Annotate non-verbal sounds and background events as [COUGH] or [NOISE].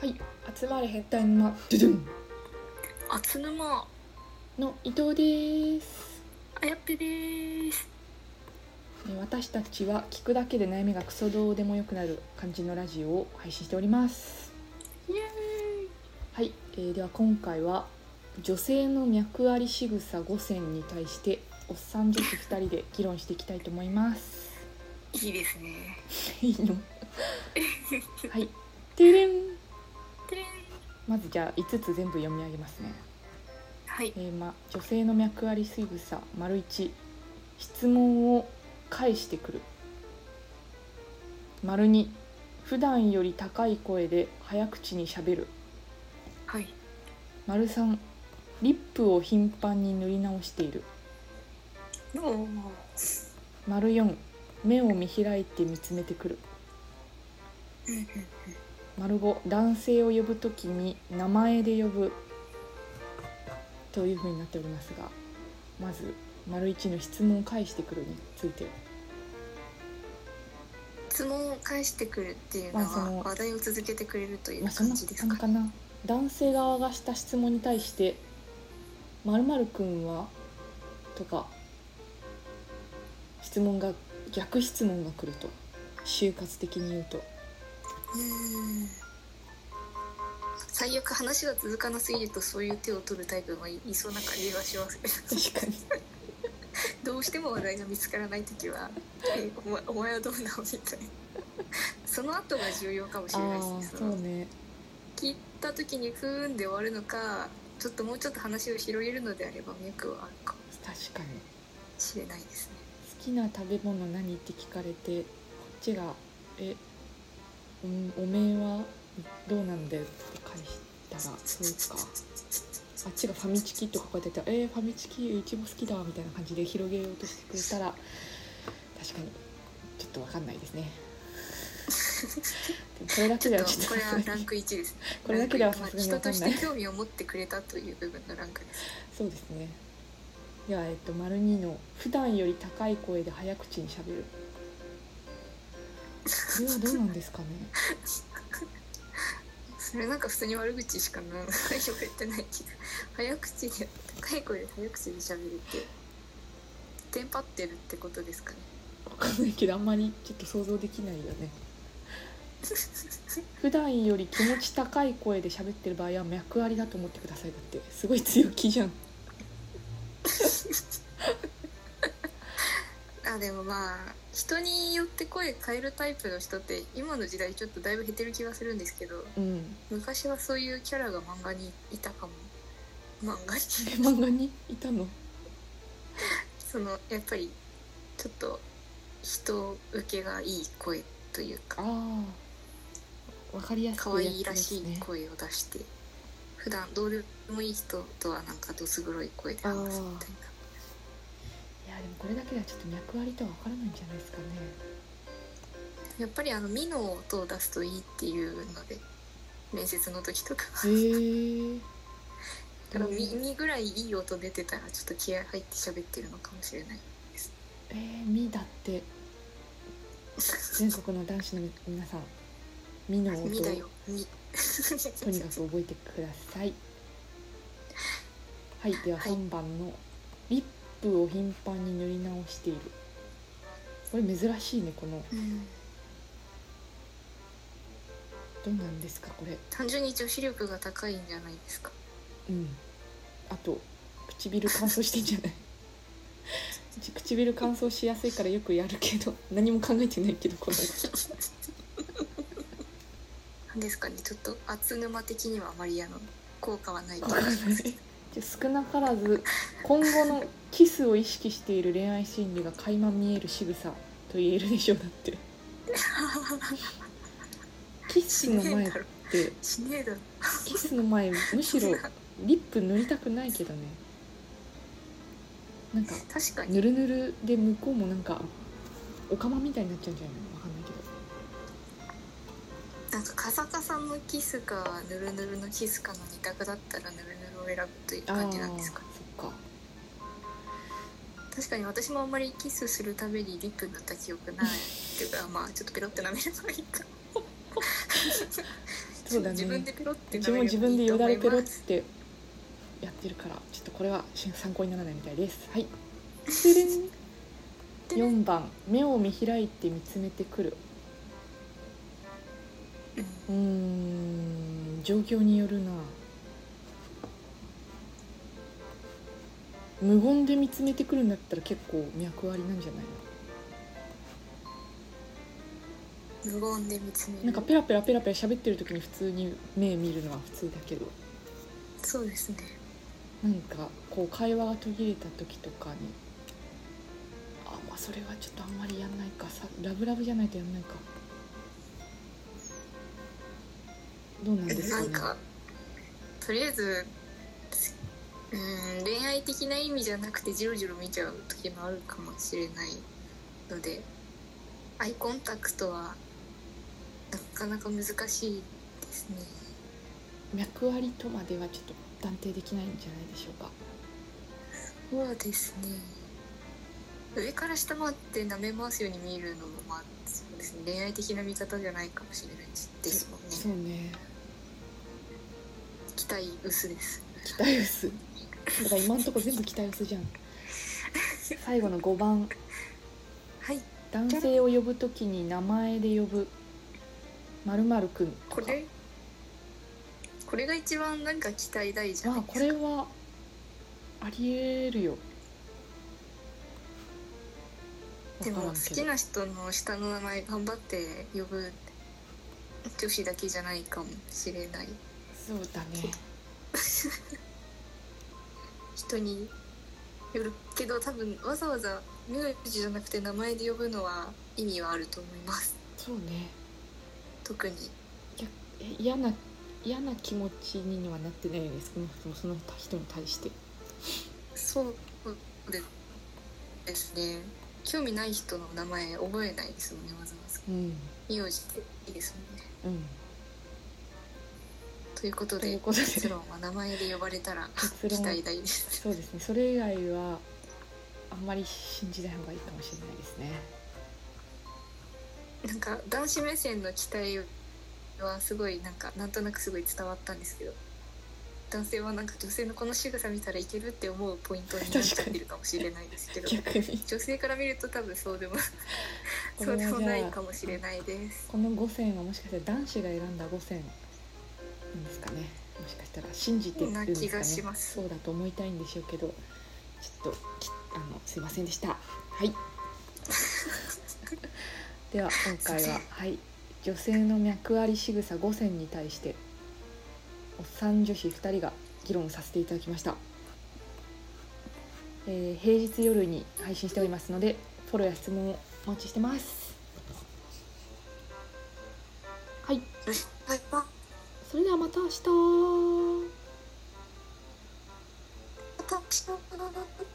はい集まれ変態沼ドゥドゥンあつぬまの伊藤ですあやっぺですえー私たちは聞くだけで悩みがクソどうでもよくなる感じのラジオを配信しておりますイエはい、えーでは今回は女性の脈あり仕草5選に対しておっさん女子2人で議論していきたいと思いますーイいいです [LAUGHS] ねいいのはいてれんてれんまずじゃあ5つ全部読み上げますねはいえーま、女性の脈あり仕草丸一質問を返してくる丸二普段より高い声で早口にしゃべるはい丸三リップを頻繁に塗り直しているおお丸四目を見開いて見つめてくる丸五男性を呼ぶときに名前で呼ぶというふうになっておりますがまず丸一の質問を返してくるについて質問を返してくるっていうのまあそはの話題を続けてくれるというまあ、そん感なじです感じかかな男性側がした質問に対して「まるくんは?」とか質問が逆質問が来ると就活的に言うとうーん最悪話が続かなすぎるとそういう手を取るタイプもいいそうな感じはしますけ [LAUGHS] ど確かにどうしても話題が見つからない時は「えお前お前はどうなの?」みたいなその後が重要かもしあれないあですーねそそのうね聞いた時にふーんで終わるのかちょっともうちょっと話を広げるのであれば脈はあるかも確かにしれないですね好きな食べ物何って聞かれてこっちが「えうんおめえはどうなんだよ」って返したらそうかあっちがファミチキとかこうやってやって「えー、ファミチキいちご好きだ」みたいな感じで広げようとしてくれたら確かにちょっとわかんない [LAUGHS] ですねでもこれだけちでょっはとちょっとこれさはすがランにク1ですね [LAUGHS] これだけではさすがにラわンクか1んないまあ人として興味を持ってくれたという部分のランクですそうですねではえっと丸二の普段より高い声で早口にしゃべるこれはどうなんですかねそれなんか普通に悪口しかな言われてない気が早口で高い声で早口で喋るってテンパってるってことですかねわかんないけどあんまりちょっと想像できないよね普段より気持ち高い声で喋ってる場合は脈ありだと思ってくださいだってすごい強気じゃんあでもまあ人によって声変えるタイプの人って今の時代ちょっとだいぶ減ってる気がするんですけどうん昔はそういうキャラが漫画にいたかも漫画え [LAUGHS] に漫画にいたのそのやっぱりちょっと人受けがいい声というかああわかりやすく可やって愛いらますしい声を出して普段どうでもいい人とはなんかどす黒い声で話すみたいないやでもこれだけではちょっと脈ありとはわからないんじゃないですかねやっぱりあの「ミ」の音を出すといいっていうので面接の時とかへえだから耳ぐらいいい音出てたらちょっと気合入って喋ってるのかもしれないえー、みだって全国の男子の皆さんみの音を耳だよと耳にかく覚えてくださ [LAUGHS] いはいでははい3番の、リップを頻繁に塗り直しているこれ珍しいねこのうんどうなんですかこれ単純に女子力が高いんじゃないですかうんあと唇乾燥してんじゃない [LAUGHS] うち唇乾燥しやすいからよくやるけど何も考えてないけどこのなんですかねちょっと厚沼的にはあまりあの効果はないわかんないしますじゃあ少なからず今後のキスを意識している恋愛心理が垣間見える仕草と言えるでしょうだってキスしのね前えっだろてしねえだろキスの前むしろリップ塗りたくないけどねなんか確かにぬるぬるで向こうもなんかおかまみたいになっちゃうんじゃないのわかんないけどなんかカサカサのキスかヌルヌルのキスかの二択だったらヌルヌルを選ぶというああ感じなんですかねそっか確かに私もあんまりキスするためにリップ塗った記憶ないっていうかまあちょっとペロって舐めればいいかそうだね自分でペロって自分も自分でよだれペロってやってるからちょっとこれは参考にならないみたいですはいつるん4 4番目を見開いて見つめてくるうーん状況によるな無言で見つめてくるんだったら結構脈ありなんじゃない無言で見つめるのなんかペラペラペラペラ喋ってる時に普通に目見るのは普通だけどそうですねなんかこう会話が途切れた時とかにあまあそれはちょっとあんまりやんないかさラブラブじゃないとやんないかどうなんですかなねんかとりあえずうん恋愛的な意味じゃなくてジロジロ見ちゃう時もあるかもしれないのでアイコンタクトはなかなか難しいですね脈ありとまではちょっと断定できないんじゃないでしょうかそうですね上から下まで舐め回すように見るのもまあそうですね恋愛的な見方じゃないかもしれないですもんねそうね期待薄です期待薄だから今のところ全部期待薄じゃん最後の5番はい男性を呼ぶときに名前で呼ぶ〇〇くんとこかれこれが一番なんか期待大じゃまなあいですかこれはありえるよでわもからん好けきどな人の下の名前頑張って呼ぶ女子だけじゃないかもしれないそうだね人によるけど多分わざわざ名字じゃなくて名前で呼ぶのは意味はあると思いますそうね特にえ嫌な嫌な気持ちにはなってないよね少なくともその人に対してそうでですね興味ない人の名前覚えないですもんねわざわざうん名字っていいですもんねうんということといでうことで結論は名前で呼ばれたら結期論待大ですそうですねそれ以外はあんまり信じない方がいいかもしれないですねなんか男子目線の期待はすごいなんかなんとなくすごい伝わったんですけど男性はなんか女性のこの仕草見たらいけるって思うポイントになっちゃってるかもしれないですけ [LAUGHS] ど逆に女性から見ると多分そうでもこそれうではもじなゃいあかもしれないですこの5選はもしかしたら男子が選んだ5選なんですかねもしかしたら信じてるんですかねな気がしますそうだと思いたいんでしょうけどちょっときあのすいませんでしたはい [LAUGHS] では今回すいまはせんはい女性の脈あり仕草5選に対しておっさん女子2人が議論させていただきました、えー平日夜に配信しておりますのでフォローや質問をお待ちしてますはいはいまそれではまた明日た明日